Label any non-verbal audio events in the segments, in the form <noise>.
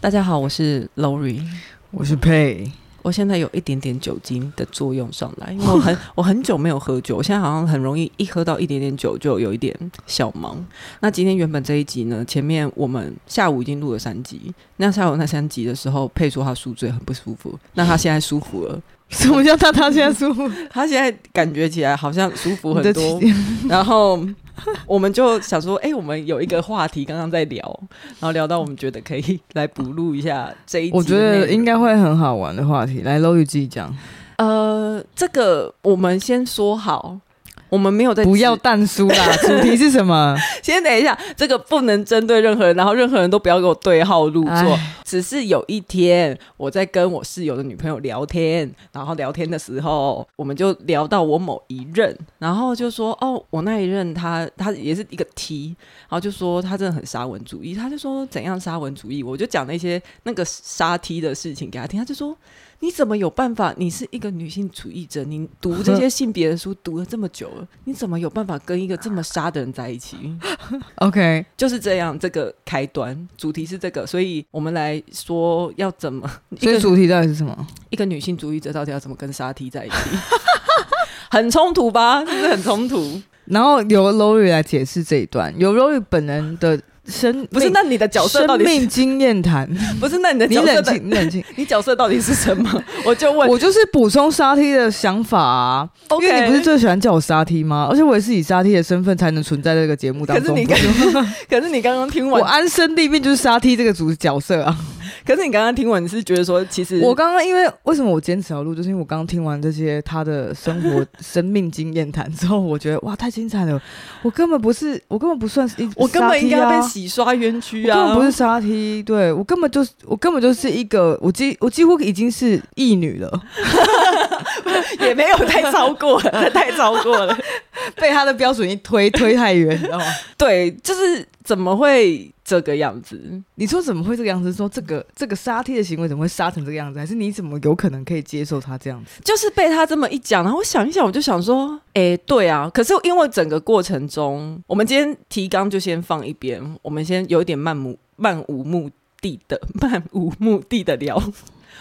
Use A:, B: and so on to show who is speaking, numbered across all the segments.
A: 大家好，我是 Lori，
B: 我是佩，
A: 我现在有一点点酒精的作用上来，因为我
B: <laughs>
A: 很我很久没有喝酒，我现在好像很容易一喝到一点点酒就有一点小忙。那今天原本这一集呢，前面我们下午已经录了三集，那下午那三集的时候，佩说她宿醉很不舒服，那她现在舒服了， <laughs>
B: 什么叫他他现在舒服？
A: 她现在感觉起来好像舒服
B: 你的
A: 很多
B: 起，
A: 然后我们就想说，哎、我们有一个话题刚刚在聊，然后聊到我们觉得可以来补录一下这一集。
B: 我觉得应该会很好玩的话题。来 l o u 自己 <laughs> 讲，
A: 呃，这个我们先说好，我们没有在
B: 不
A: 指
B: 要淡书啦。主题是什么？
A: 先等一下，这个不能针对任何人，然后任何人都不要给我对号入座。
B: 哎
A: 只是有一天，我在跟我室友的女朋友聊天，然后聊天的时候，我们就聊到我某一任，然后就说哦，我那一任他他也是一个 T，然后就说他真的很沙文主义，他就说怎样沙文主义，我就讲那些那个沙 T 的事情给他听，他就说。你怎么有办法？你是一个女性主义者，你读这些性别的书读了这么久了，你怎么有办法跟一个这么沙的人在一起？
B: OK，
A: 就是这样，这个开端主题是这个，所以我们来说要怎么一
B: 所以
A: 个
B: 主题到底是什么？
A: 一个女性主义者到底要怎么跟沙 T 在一起，很冲突吧？是不是很冲突？
B: 然后由 l o u 来解释这一段，由 l o u 本人的生
A: 不是，
B: 命
A: 那你的角色到底
B: 生
A: 是
B: 命经验谈。
A: 不是？那你的 <laughs>
B: 你
A: 角色
B: 冷
A: 到底 <laughs>
B: 静，你冷静。
A: 你角色到底是什
B: <laughs>
A: 么？我就问
B: 我就是补充沙 T 的想法啊，因
A: ，OK，
B: 为你不是最喜欢叫我沙 T 吗？而且我也是以沙 T 的身份才能存在这个节目当
A: 可是
B: 中
A: 你。刚刚， <laughs> 可是你刚刚听
B: 我啊
A: 完，
B: 安身立命就是沙 T 这个主角色啊。
A: 可是你刚刚听完，你是觉得说，其实
B: 我刚刚因为为什么我坚持要录，就是因为我刚刚听完这些他的生 <laughs> 活、生命经验谈之后，我觉得哇太精彩了！我根本不是，我根本不算是一，
A: 我根本应该
B: 沙
A: 要
B: 梯啊
A: 被洗刷冤
B: 我
A: 屈
B: 根本
A: 啊！
B: 不是沙 T，对我根本就是我根本就是一个，我几我几乎已经是异女了，
A: 也没有太超过了， <laughs> 太超过
B: <laughs>
A: 了。
B: <laughs> 被他的标准一推推太远，你知道吗？
A: 对，就是怎么会这个样子？
B: 你说怎么会这个样子？说这个这个沙 T 的行为怎么会沙成这个样子？还是你怎么有可能可以接受他这样子？
A: 就是被他这么一讲，然后我想一想，我就想说，哎、对啊。可是因为整个过程中，我们今天提纲就先放一边，我们先有一点漫无 <laughs> 漫无目的的 <laughs> 漫无目的的聊。 <laughs>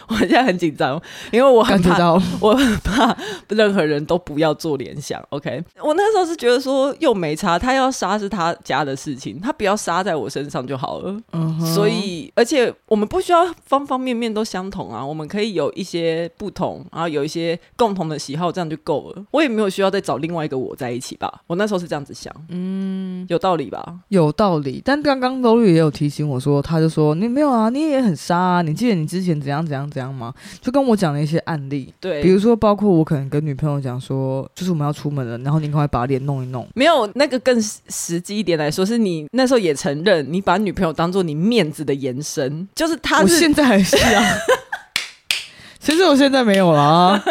A: 我现在很紧张，因为我很
B: 感觉
A: 怕，
B: 到
A: 我很怕任何人都不要做联想。OK，我那时候是觉得说又没差，他要杀是他家的事情，他不要杀在我身上就好了。
B: 嗯哼
A: 所以，而且我们不需要方方面面都相同啊，我们可以有一些不同，然后有一些共同的喜好，这样就够了。我也没有需要再找另外一个我在一起吧。我那时候是这样子想，嗯，有道理吧？
B: 有道理，但刚刚 l o 也有提醒我说，他就说你没有啊，你也很傻啊，你记得你之前怎样怎样怎样吗？就跟我讲了一些案例，比
A: 对，
B: 如说包括我可能跟女朋友讲说，就是我们要出门了，然后你赶快把脸弄一弄。
A: 没有那个更实实际一点来说，是你那时候也承认，你把女朋友当做你面子的延伸，就是她
B: 我
A: 是
B: 现在还是
A: <laughs>
B: 啊，其实我现在没有了啊，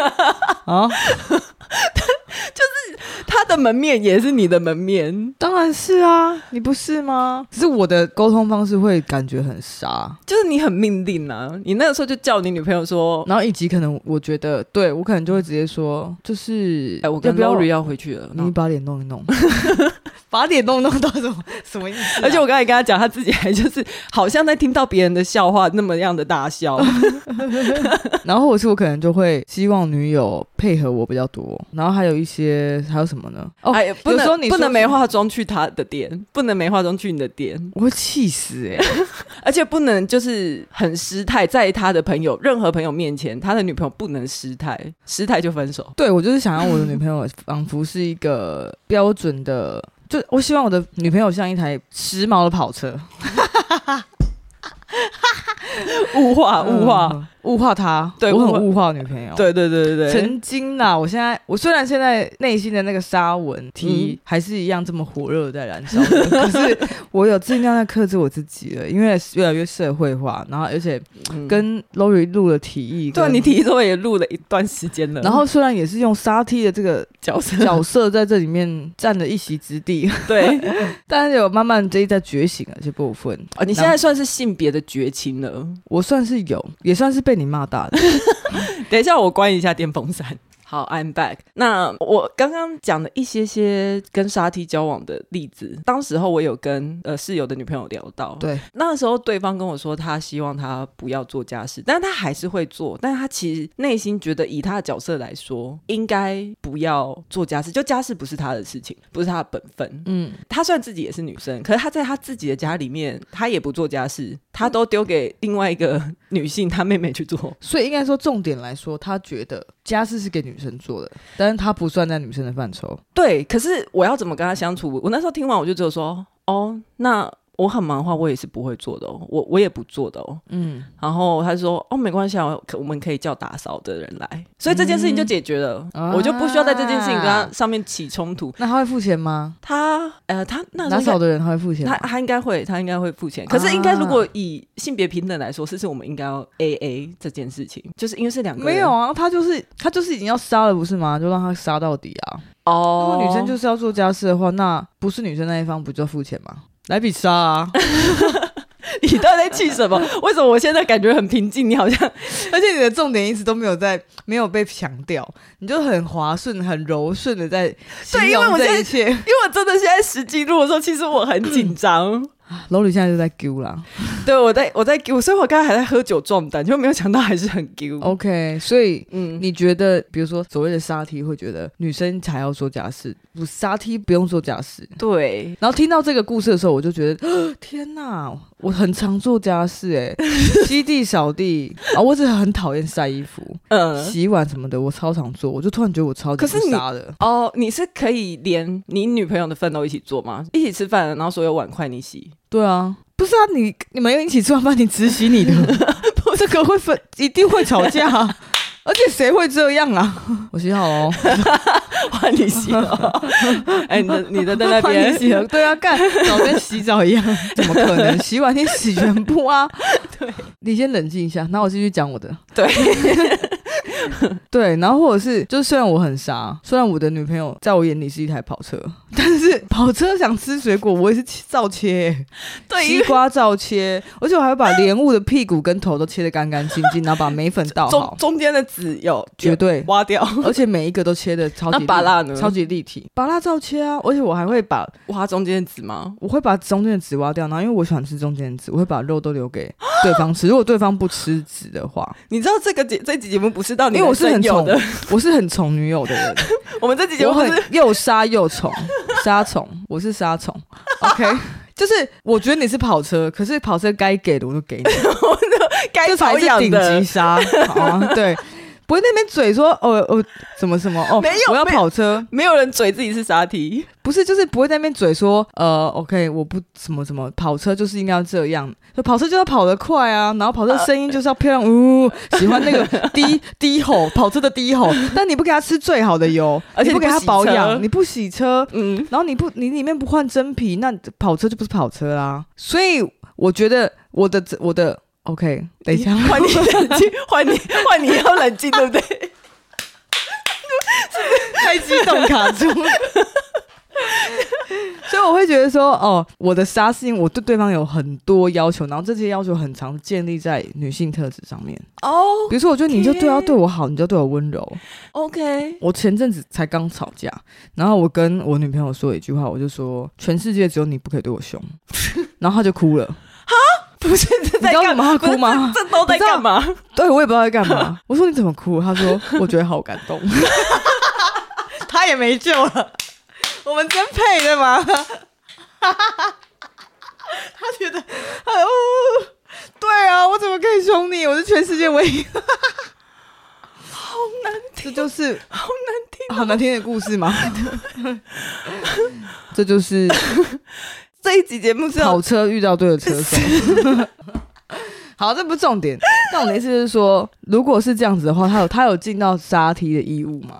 B: 啊，
A: 她的门面也是你的门面，
B: 当然是啊，你不是吗？只是我的沟通方式会感觉很傻，
A: 就是你很命令啊。你那个时候就叫你女朋友说。
B: 然后以及可能我觉得，对我可能就会直接说，就是
A: 哎、我跟
B: 要不要
A: Lori 要回去了，然后
B: 你把脸弄一弄， <laughs> 把脸弄一弄到底什么什么意思啊、
A: <laughs> 而且我刚才跟他讲，他自己还就是好像在听到别人的笑话那么样的大笑。
B: 然后或者是我可能就会希望女友配合我比较多，然后还有一些还有什么呢？哦，
A: 哎呀，不
B: 有时候
A: 能
B: 你
A: 不
B: 说
A: 能
B: 是
A: 没化妆去他的店，不能没化妆去你的店，
B: 我会气死
A: <laughs>
B: 哎、
A: 而且不能就是很失态，在他的朋友任何朋友面前，他的女朋友不能失态，失态就分手。
B: 对我就是想要我的女朋友仿佛是一个标准的，就我希望我的女朋友像一台时髦的跑车，
A: <laughs> 物化啊物化，
B: 嗯物化她，
A: 对
B: 我
A: 物化
B: 很物化女朋友。
A: 对对对对对。
B: 曾经啦，我现在我虽然现在内心的那个沙文
A: 嗯
B: 题还是一样这么火热地在燃
A: <laughs>
B: 烧着，可是我有尽量在克制我自己了，因为越来越社会化，然后而且
A: 嗯
B: 跟 Lori 录了提议，
A: 对啊
B: 跟
A: 你，提出也录了一段时间了，
B: 然后虽然也是用沙 T 的这个
A: 角色
B: 角色在这里面占了一席之地， <laughs>
A: 对，
B: 但是有慢慢这一在觉醒了这部分，
A: 哦，你现在算是性别的绝情了。嗯
B: 我算是有，也算是被你骂大的。
A: 等一下，我关一下电风扇。 <laughs> 好，I'm back。那我刚刚讲的一些些跟沙 T 交往的例子，当时候我有跟呃室友的女朋友聊到，
B: 对，
A: 那时候对方跟我说他希望他不要做家事，但是他还是会做，但是他其实内心觉得以他的角色来说，应该不要做家事，就家事不是他的事情，不是他的本分。
B: 嗯，
A: 他虽然自己也是女生，可是他在他自己的家里面，他也不做家事，他都丢给另外一个女性他妹妹去做。
B: 所以应该说重点来说，他觉得家事是给女生做的，但是他不算在女生的范畴。
A: 对，可是我要怎么跟他相处？我那时候听完我就只有说，哦，那我很忙的话，我也是不会做的哦，我我也不做的哦。
B: 嗯，
A: 然后他就说，哦，没关系啊，我可我们可以叫打扫的人来，所以这件事情就解决了，
B: 嗯
A: 我就不需要在这件事情跟他
B: 啊
A: 上面起冲突。
B: 那他会付钱吗？
A: 他呃，他那时候应
B: 打
A: 该
B: 扫的人他会付钱吗
A: 他？他应该会，他应该会付钱。可是应该
B: 啊
A: 如果以性别平等来说，是不是我们应该要 A A 这件事情？就是因为是两个人
B: 没有啊，他就是他就是已经要杀了，不是吗？就让他杀到底啊！如
A: 哦，
B: 果女生就是要做家事的话，那不是女生那一方不就付钱吗？来比杀啊！
A: 你到底在气 <laughs> 什么？为什么我现在感觉很平静？你好像
B: <laughs>
A: <laughs>
B: 而且你的重点一直都没有在没有被强调，你就很滑顺、很柔顺的在形
A: 对因为
B: 容
A: 我
B: 这
A: 现
B: 一切。
A: 因为我真的现在实际录的时候，其实我很紧张。
B: 楼里现在就在丢啦。
A: <laughs> 对，我在我在我，所以我刚才还在喝酒壮胆，就没有想到还是很
B: 嗯
A: Q。
B: OK，所以
A: 哦嗯，
B: 你觉得，比如说所谓的沙 T 会觉得女生才要做家事，不沙 T 不用做家事。
A: 对，
B: 然后听到这个故事的时候，我就觉 <laughs> 得天哪，我很常做家事哎、 <laughs> 吸地、扫地啊，我只是很讨厌晒衣服、
A: 嗯，
B: 洗碗什么的，我超常做。我就突然觉得我超级
A: 可是
B: 不
A: 你
B: 沙的，
A: 哦，你是可以连你女朋友的份都一起做吗？一起吃饭，然后所有碗筷你洗？
B: 对啊，不是啊，你你们一起吃完饭，你只洗 <laughs> 你的，这个会分，一定会吵架、 <laughs> 啊。而且谁会这样啊？我洗好 <laughs> 哦，
A: <laughs> 换你洗 <laughs> 了。哎，你的你的在那
B: 换
A: 边
B: 你洗了，对啊， <laughs> 干，搞得跟洗澡一样，怎么可能？ <laughs> 洗碗你洗全部啊？ <laughs>
A: 对，
B: 你先冷静一下，那我继续讲我的。 <laughs>
A: 对
B: 对，然后或者是，就是虽然我很傻，虽然我的女朋友在我眼里是一台跑车，但
A: <laughs>
B: 是跑车想吃水果，我也是切照切、
A: <laughs> 对，因
B: 西
A: 为啊
B: 瓜照切，而且我还会把莲雾的屁股跟头都切得干干净净，然后把眉粉倒
A: <laughs> 中
B: 好，
A: 中间的籽有 <laughs>
B: 绝对。
A: 挖掉，
B: 而且每一个都切的超级
A: 那芭乐呢
B: 超级立体，拔辣照切啊！而且我还会把
A: 挖中间的籽吗？
B: 我会把中间的籽挖掉，然后因为我喜欢吃中间的籽，我会把肉都留给对方吃。如果对方不吃籽的话，
A: 你知道这个节这集节目不是到你
B: 因为我是很
A: 有
B: 宠
A: 的，
B: 我是很宠女友的人，
A: <laughs> 我们这集节
B: <laughs> 我
A: 目
B: 很
A: 是
B: 又杀又
A: <laughs>
B: 宠，杀宠，我是杀宠。OK，就是我觉得你是跑车，可是跑车该给的我就给你，
A: <laughs> 该
B: 这才
A: 保
B: 是
A: 养
B: 顶
A: 的 <laughs>
B: 级。杀，好吗？对，不会那边嘴说哦哦什么什么哦，
A: 没有
B: 我要
A: 没有
B: 跑车，
A: 没有人嘴自己是沙提，
B: 不是就是不会在那边嘴说呃 OK 我不什么什么跑车就是应该要这样，就跑车就要跑得快啊，然后跑车
A: 呃
B: 声音就是要漂亮，呜、喜欢
A: <laughs>
B: 那个低低吼跑车的低吼，但你不给他吃最好的油，
A: 而且
B: 你不
A: 你不
B: 给他
A: 洗
B: 保
A: 车
B: 养，你不洗车，
A: 嗯，
B: 然后你不你里面不换真皮，那跑车就不是跑车啦。所以我觉得我的我的 OK，等一下，
A: <laughs> 换你冷静，换你换你要冷
B: <laughs>
A: 静，对不对？
B: 开机动卡住。 <laughs> 所以我会觉得说，哦，我的杀是因为我对对方有很多要求，然后这些要求很常建立在女性特质上面。
A: 哦
B: 比如说，我觉得你就对要对我好，你就对我温柔。
A: ，OK，
B: 我前阵子才刚吵架，然后我跟我女朋友说一句话，我就说，全世界只有你不可以对我凶，然后她就哭 <laughs> 了。
A: 不是这
B: 你知
A: <laughs> 在
B: 道为什
A: 干
B: 么
A: 嘛？不是
B: 她哭
A: 这
B: 吗？
A: 都在干嘛？
B: 对，我也不知道在干 <laughs> 嘛。我说你怎么哭？他说我觉得好感动。 <laughs> 他也没救了，我们真配对吗？ <laughs> 他觉得，他哦，对啊，我怎么可以凶你？我是全世界唯一。
A: 好难
B: 这
A: 听，
B: 就是
A: 好难听。
B: 好难听的故事 <laughs> 吗？这就是
A: 这一集节目是要
B: 跑车遇到对的车手。 <laughs> 好，这不是重点，重点是就是说，如果是这样子的话，他有他有尽到杀题的义务吗？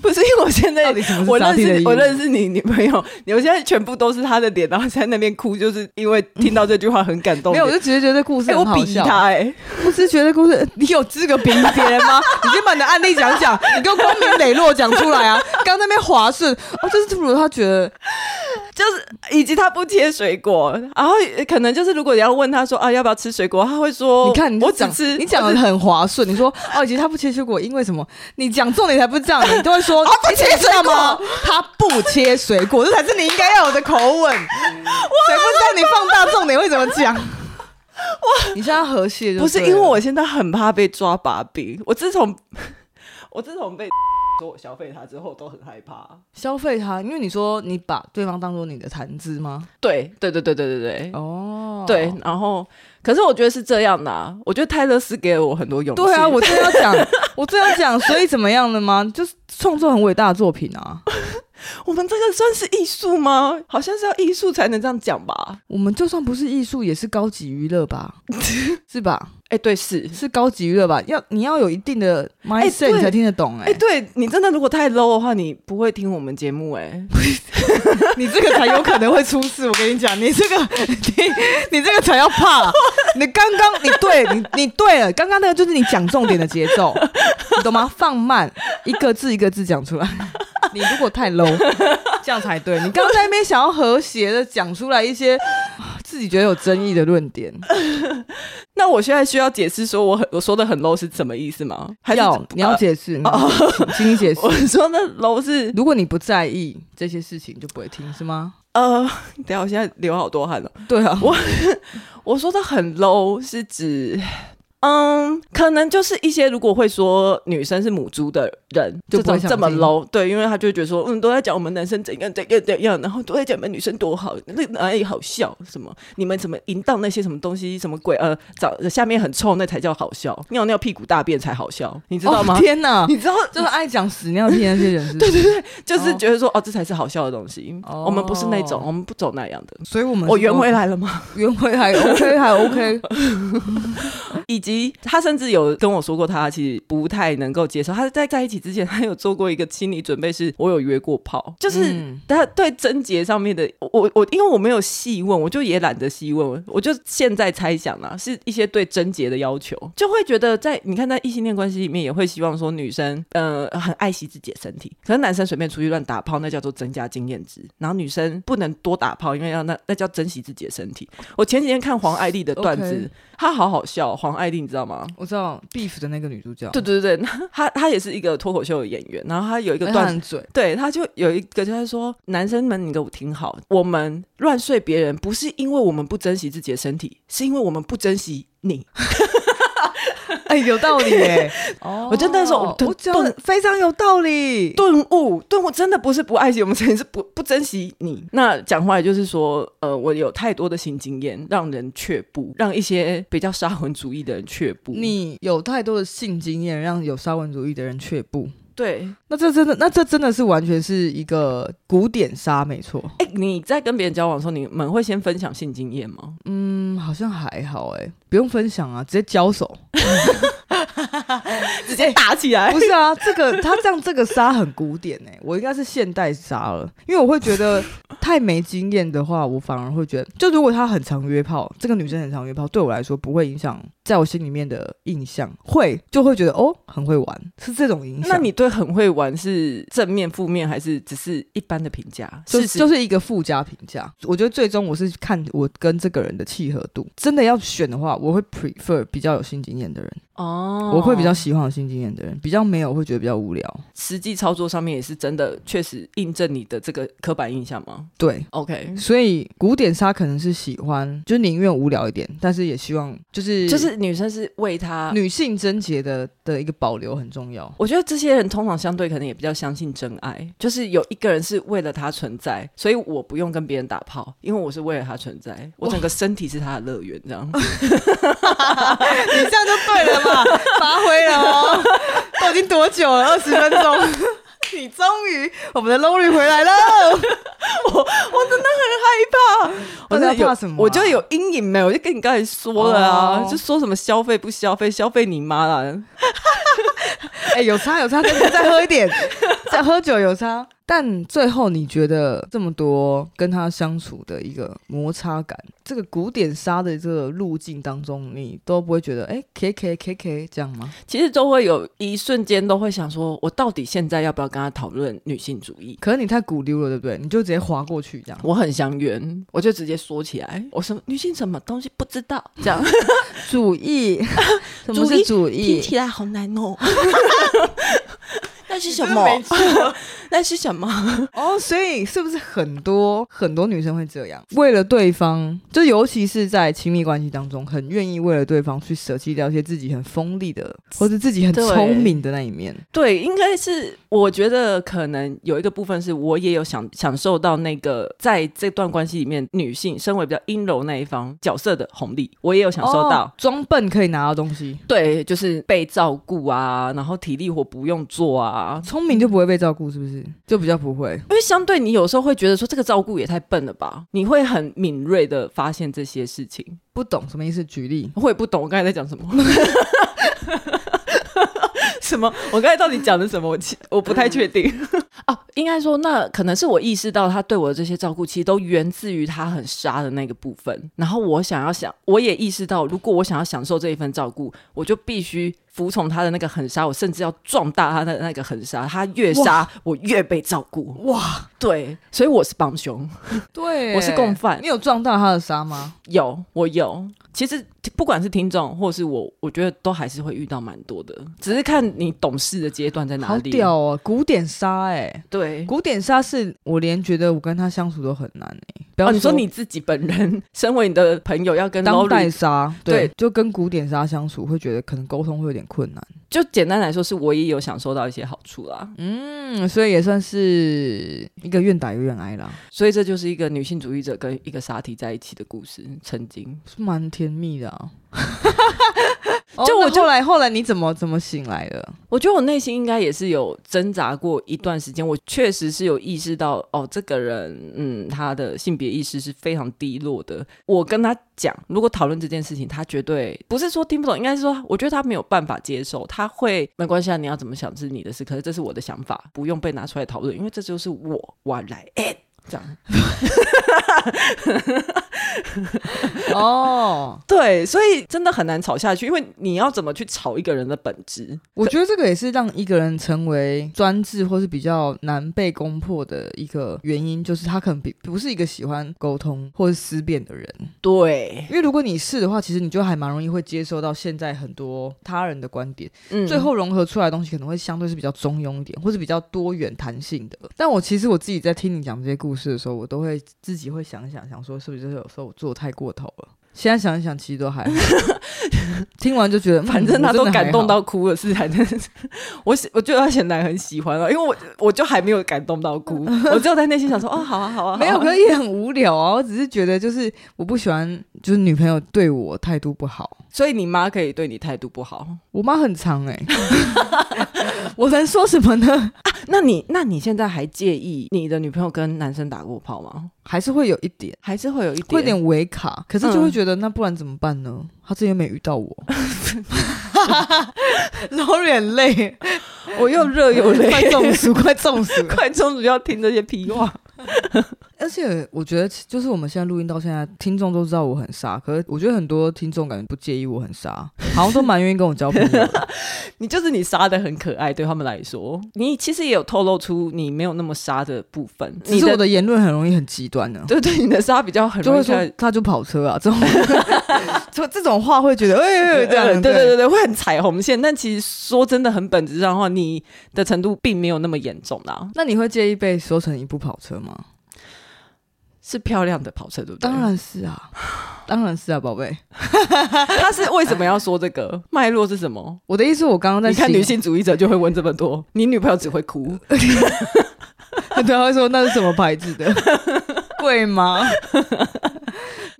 A: 不是因为我现在
B: 到底什么
A: 我
B: 是杀
A: 认
B: 题的
A: 识
B: 义务？
A: 我认识你女朋友，你我现在全部都是她的脸，然后在那边哭，就是因为听到这句话很感动。
B: <laughs> 没有，我就只是觉得故事
A: 哎我
B: 很好
A: 鄙夷
B: 笑。
A: 她哎，
B: 不是觉得故事，你有资格鄙夷别人 <laughs> 吗？你先把你的案例讲讲，你给我光明磊落讲出来啊！刚在那边滑顺，哦，就是突如他觉得
A: 就是以及他不切水果，然后可能就是如果要问他说啊要不要吃水果，他会说
B: 你看，你就
A: 哦我只
B: 讲
A: 吃
B: 你讲的很滑顺。你说哦，以及他不切水果，因为什么？你讲重点才不是这样，你都会
A: <laughs>
B: 说哦，不切水果，他不切水果，这才是你应该要有的口吻。谁
A: 嗯
B: 不知道你放大重点会怎么
A: <laughs>
B: 讲？哇，你现在要和谐就
A: 不是
B: 对
A: 因为
B: 了
A: 我现在很怕被抓把柄，我自从 <laughs> 我自从被说我消费他之后都很害怕。
B: 消费他，因为你说你把对方当做你的谈资吗？
A: 对对对对对对对、
B: 哦，
A: 对，然后可是我觉得是这样的、啊，我觉得泰勒斯给了我很多勇气。
B: 对啊，我正要讲，我正要讲，所以怎么样了吗？就是创作很伟大的作品啊，
A: 我们这个算是艺术吗？好像是要艺术才能这样讲吧？
B: 我们就算不是艺术，也是高级娱
A: <laughs>
B: 乐吧，是吧？
A: 哎，对是。
B: 是高级娱乐吧？要你要有一定的 mindset、
A: 对
B: 你才听得懂哎、
A: 哎、对你真的如果太 low 的话，你不会听我们节目哎、
B: 你这个才有可能会出事。我跟你讲，你这个 <laughs> 你你这个才要怕。你刚刚你对你你对了，刚刚那个就是你讲重点的节奏， <laughs> 你懂吗？放慢，一个字一个字讲出来。你如果太 low，这样才对。你刚刚在那边想要和谐的讲出来一些啊自己觉得有争议的论点，
A: 那我现在需要解释说我很我说的很 low 是什么意思吗？还是
B: 要你要解释，
A: 哦
B: 请请你解释
A: <laughs> 我。说那 low 是
B: 如果你不在意这些事情，就不会听是吗？
A: 呃， <laughs> 等一下我现在流好多汗了。
B: 对啊，
A: 我说的很 low 是指，嗯，可能就是一些如果会说女生是母猪的人，
B: 就
A: 这
B: 不会
A: 种
B: 想
A: 这么
B: 听
A: low，对，因为他就会觉得说，嗯，都在讲我们男生怎样怎样怎样，然后都在讲我们女生多好，那个哪里好笑什么，你们怎么淫荡那些什么东西什么鬼，呃，早下面很臭那才叫好笑，尿尿屁股大便才好笑，你知道吗？
B: 哦天哪！
A: 你知道，
B: <laughs> 就是爱讲屎尿屁那些人是不是，
A: 就是
B: 哦
A: 觉得说，哦，这才是好笑的东西。
B: 哦
A: 我们不是那种，我们不走那样的。
B: 所以我们
A: 我圆回，来了吗？
B: 圆回来 OK
A: <laughs>
B: 还 OK，
A: 以及他甚至有跟我说过，他其实不太能够接受。他在在一起之前， <laughs> 他有做过一个心理准备，是我有约过炮，就是。
B: 嗯
A: 他对贞洁上面的，我我我因为我没有细问，我就也懒得细问，我就现在猜想啦、是一些对贞洁的要求，就会觉得在你看在异性恋关系里面，也会希望说女生呃很爱惜自己的身体，可是男生随便出去乱打炮，那叫做增加经验值，然后女生不能多打炮，因为要那那叫珍惜自己的身体。我前几天看黄爱丽的段子
B: OK
A: 她好好笑哦，黄爱丽你知道吗？
B: 我知道 Beef 的那个女主角，
A: 对，对对，那她她也是一个脱口秀的演员，然后她有一个段子
B: 很嘴，
A: 对，他就有一个就在说，男生们，你给我听好，我们乱睡别人，不是因为我们不珍惜自己的身体，是因为我们不珍惜你。
B: 哎，有道
A: <laughs>
B: 理耶。哦
A: 我就那时候我
B: 我
A: 顿
B: 讲的非常有道理，
A: 顿悟，顿悟真的不是不爱惜我们身体，是不不珍惜你。那讲话来就是说，呃，我有太多的新经验，让人却步，让一些比较沙文主义的人却步。
B: 你有太多的性经验，让有沙文主义的人却步。
A: 对，
B: 那这真的，那这真的是完全是一个古典杀，没错。
A: 哎、你在跟别人交往的时候，你们会先分享性经验吗？
B: 嗯，好像还好哎，不用分享啊，直接交手。
A: 直接打起来
B: 不是啊，这个他这样这个杀很古典哎、我应该是现代杀了，因为我会
A: <laughs>
B: 觉得太没经验的话，我反而会觉得，就如果他很常约炮，这个女生很常约炮，对我来说不会影响在我心里面的印象，会就会觉得哦很会玩，是这种影响。
A: 那你对很会玩是正面、负面，还是只是一般的评价？
B: 就
A: 事实
B: 就是一个附加评价，我觉得最终我是看我跟这个人的契合度。真的要选的话，我会 prefer 比较有新经验的人，
A: 哦
B: 我会比较喜欢有新经验的人，比较没有我会觉得比较无聊。
A: 实际操作上面也是真的，确实印证你的这个刻板印象吗
B: 对，
A: ？OK，
B: 所以古典杀可能是喜欢，就宁愿无聊一点，但是也希望就是啊
A: 就是女生是为他。
B: 女性贞洁的的一个保留很重要。
A: 我觉得这些人通常相对可能也比较相信真爱，就是有一个人是为了他存在，所以我不用跟别人打炮，因为我是为了他存在，我整个身体是他的乐园，这样。
B: <laughs> 你这样就对了 <laughs> 嘛，发挥了哦。 <laughs> 都已经多久了？二十分钟。 <laughs> 你终于，我们的 Lori 回 <laughs> 来了。我
A: 我
B: 真的
A: 就
B: 很害怕。
A: 有
B: 怕什么啊、
A: 我就有阴影没有，我就跟你刚才说了啊，
B: 哦
A: 就说什么消费不消费，消费你妈啦。
B: 哎、有差有差，再再喝一点，再喝酒有差。但最后你觉得这么多跟他相处的一个摩擦感，这个古典杀的这个路径当中，你都不会觉得哎，K K K K 这样吗？
A: 其实都会有一瞬间都会想说，我到底现在要不要跟他讨论女性主义？
B: 可是你太骨溜了，对不对？你就直接划过去这样。
A: 我很想圆，我就直接说起来，我什么女性什么东西不知道，这样
B: 主义， <laughs> 什么是主
A: <laughs> 听
B: 义？
A: 起来好难哦。 <laughs> 那是什
B: 你真的
A: 么
B: 没？
A: 那是什么？
B: 哦，所以是不是很多很多女生会这样？为了对方，就尤其是在亲密关系当中，很愿意为了对方去舍弃掉一些自己很锋利的，或者自己很
A: 对
B: 聪明的那
A: <laughs>
B: 一面。
A: 对，应该是我觉得可能有一个部分是我也有享享受到那个在这段关系里面女性身为比较阴柔那一方角色的红利，我也有享受到。
B: 哦装笨可以拿到东西，
A: 对，就是被照顾啊，然后体力活不用做啊，
B: 聪明就不会被照顾，是不是？就比较不会。
A: 因为相对你有时候会觉得说这个照顾也太笨了吧，你会很敏锐的发现这些事情。
B: 不懂什么意思？举例，
A: 我也不懂我刚才在讲什么。 <laughs> 什么？我刚才到底讲的什么？我其我不太确定。哦，应该说，那可能是我意识到他对我的这些照顾，其实都源自于他很杀的那个部分。然后我想要想，我也意识到，如果我想要享受这一份照顾，我就必须服从他的那个狠杀，我甚至要壮大他的那个狠杀。他越杀，我越被照顾。
B: 哇，
A: 对，所以我是帮凶。
B: 对
A: 我是共犯
B: 你有撞到他的沙吗？
A: 有，我有。其实不管是听众或是我，我觉得都还是会遇到蛮多的，只是看你懂事的阶段在哪
B: 好
A: 里。
B: 屌哦，古典沙哎、
A: 对。
B: 古典沙是我连觉得我跟他相处都很难哎、不要
A: 哦，你说你自己本人，身为你的朋友，要跟
B: 当
A: Lori
B: 代沙，
A: 对
B: 对，就跟古典沙相处，会觉得可能沟通会有点困难。
A: 就简单来说，是我也有享受到一些好处啦，
B: 嗯，所以也算是一个愿打一个愿挨啦，
A: 所以这就是一个女性主义者跟一个沙提在一起的故事。曾经，
B: 是蛮甜蜜的 <laughs> 啊。
A: 就
B: 就
A: 我
B: 我
A: 就
B: 就后来后来你怎么怎么醒来的？
A: 我觉得我内心应该也是有挣扎过一段时间，我确实是有意识到，哦，这个人，嗯，他的性别意识是非常低落的。我跟他讲，如果讨论这件事情，他绝对不是说听不懂，应该是说，我觉得他没有办法接受，他会没关系啊，你要怎么想是你的事，可是这是我的想法，不用被拿出来讨论，因为这就是我，我来，哎、这样。
B: 哦，
A: 对，所以真的很难吵下去，因为你要怎么去吵一个人的本质？
B: <laughs> 我觉得这个也是让一个人成为专制或是比较难被攻破的一个原因，就是他可能比不是一个喜欢沟通或是思辨的人。
A: 对，
B: 因为如果你是的话，其实你就还蛮容易会接收到现在很多他人的观点，
A: 嗯
B: 最后融合出来的东西可能会相对是比较中庸一点，或是比较多元弹性的。但我其实我自己在听你讲这些故事的时候，我都会自己会想一想，想说是不是有时候我做得太过头了。现在想一想，其实
A: <laughs>
B: 都还好。听完就觉得，嗯
A: 反正他都感动。
B: 我真的还好
A: 到哭了，是反正 <laughs> 我喜我觉得他显然很喜欢了，因为我我就还没有感动到哭， <laughs> 我只有在内心想说，哦，好啊，好啊，好啊
B: 嗯没有，可是也很无聊啊！我只是觉得，就是我不喜欢，就是女朋友对我态度不好。
A: 所以你妈可以对你态度不好，
B: 我妈很长哎、欸， <laughs> 我能说什么呢？
A: 那你那你现在还介意你的女朋友跟男生打过炮吗？
B: 还是会有一点，
A: 还是会有一点，
B: 会有点违卡，可是就
A: 嗯
B: 会觉得、那不然怎么办呢？他之前没遇到我，然后眼泪，
A: <laughs> 我又热又累，
B: 快中暑，快中暑。
A: <laughs> 快终主要听这些屁话，
B: <laughs> 而且我觉得，就是我们现在录音到现在，听众都知道我很傻，可是我觉得很多听众感觉不介意我很傻，好像都蛮愿意跟我交朋友
A: <laughs>
B: 的。
A: 你就是你杀的很可爱，对他们来说，你其实也有透露出你没有那么杀的部分，
B: 只
A: 你
B: 是我
A: 的
B: 的言论很容易很极端呢、
A: 对对，你的杀比较很
B: 就
A: 容
B: 会
A: 易
B: 说
A: 看
B: 他就跑车啊，
A: <laughs>
B: 这种就这种话会觉得哎、哎哎这样
A: 呃对对对对，会很踩红线。但其实说真的，很本质上的话，你的程度并没有那么严重啦。
B: 那你会介意被说成一部跑车吗？
A: 是漂亮的跑车，对不对？
B: 当，然是啊，当然是啊，宝贝。
A: 他是为什么要说这个脉络是什么？
B: 我的意思，我刚刚在
A: 你看
B: 形
A: 女性主义者就会问这么多，你女朋友只会哭。
B: <laughs> 对，啊他会说那是什么牌子 <laughs> 的，贵吗？ <laughs>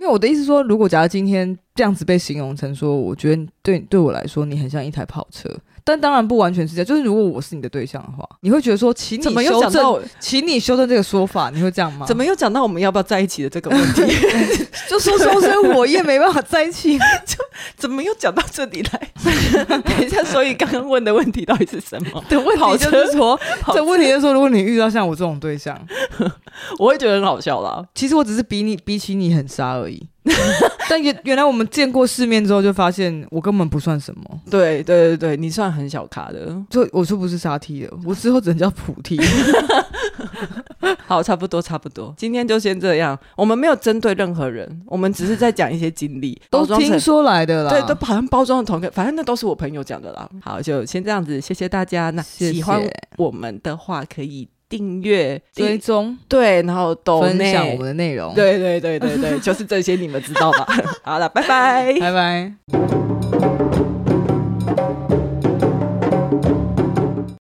B: 因为我的意思说，如果假如今天这样子被形容成说，我觉得对对我来说，你很像一台跑车，但当然不完全是这样，就是如果我是你的对象的话，你会觉得说，请你
A: 怎么又
B: 修
A: 讲到
B: 正，
A: 我
B: 请你修正这个说法，你会这样吗？
A: 怎么又讲到我们要不要在一起的这个问题？
B: <laughs> 就说说声我也没办法在一起？
A: 怎么又讲到这里来？ <laughs> 等一下，所以刚刚问的问题到底是什么？
B: 的问
A: 跑
B: 题
A: 车
B: 就是说，
A: 跑
B: 这问题就是说，如果你遇到像我这种对象，
A: 我会觉得很好笑啦。
B: 其实我只是比你比起你很渣而已。 <laughs> 但原原来我们见过世面之后，就发现我根本不算什么。
A: 对对对对，你算很小咖的。
B: 就我说不是沙 T 了，我之后只能叫普
A: <laughs>
B: T。
A: 好，差不多差不多，今天就先这样。我们没有针对任何人，我们只是在讲一些经历，
B: <laughs> 都
A: 包装成
B: 听说来的啦。
A: 对，都好像包装的同个，反正那都是我朋友讲的啦。好，就先这样子，谢谢大家。那
B: 谢谢
A: 喜欢我们的话，可以订阅、
B: 追踪
A: 对，然后抖
B: 分享
A: 内
B: 我们的内容。， <laughs>
A: 对对对对对，就是这些，你们知道吧？好了，拜拜。
B: 拜拜。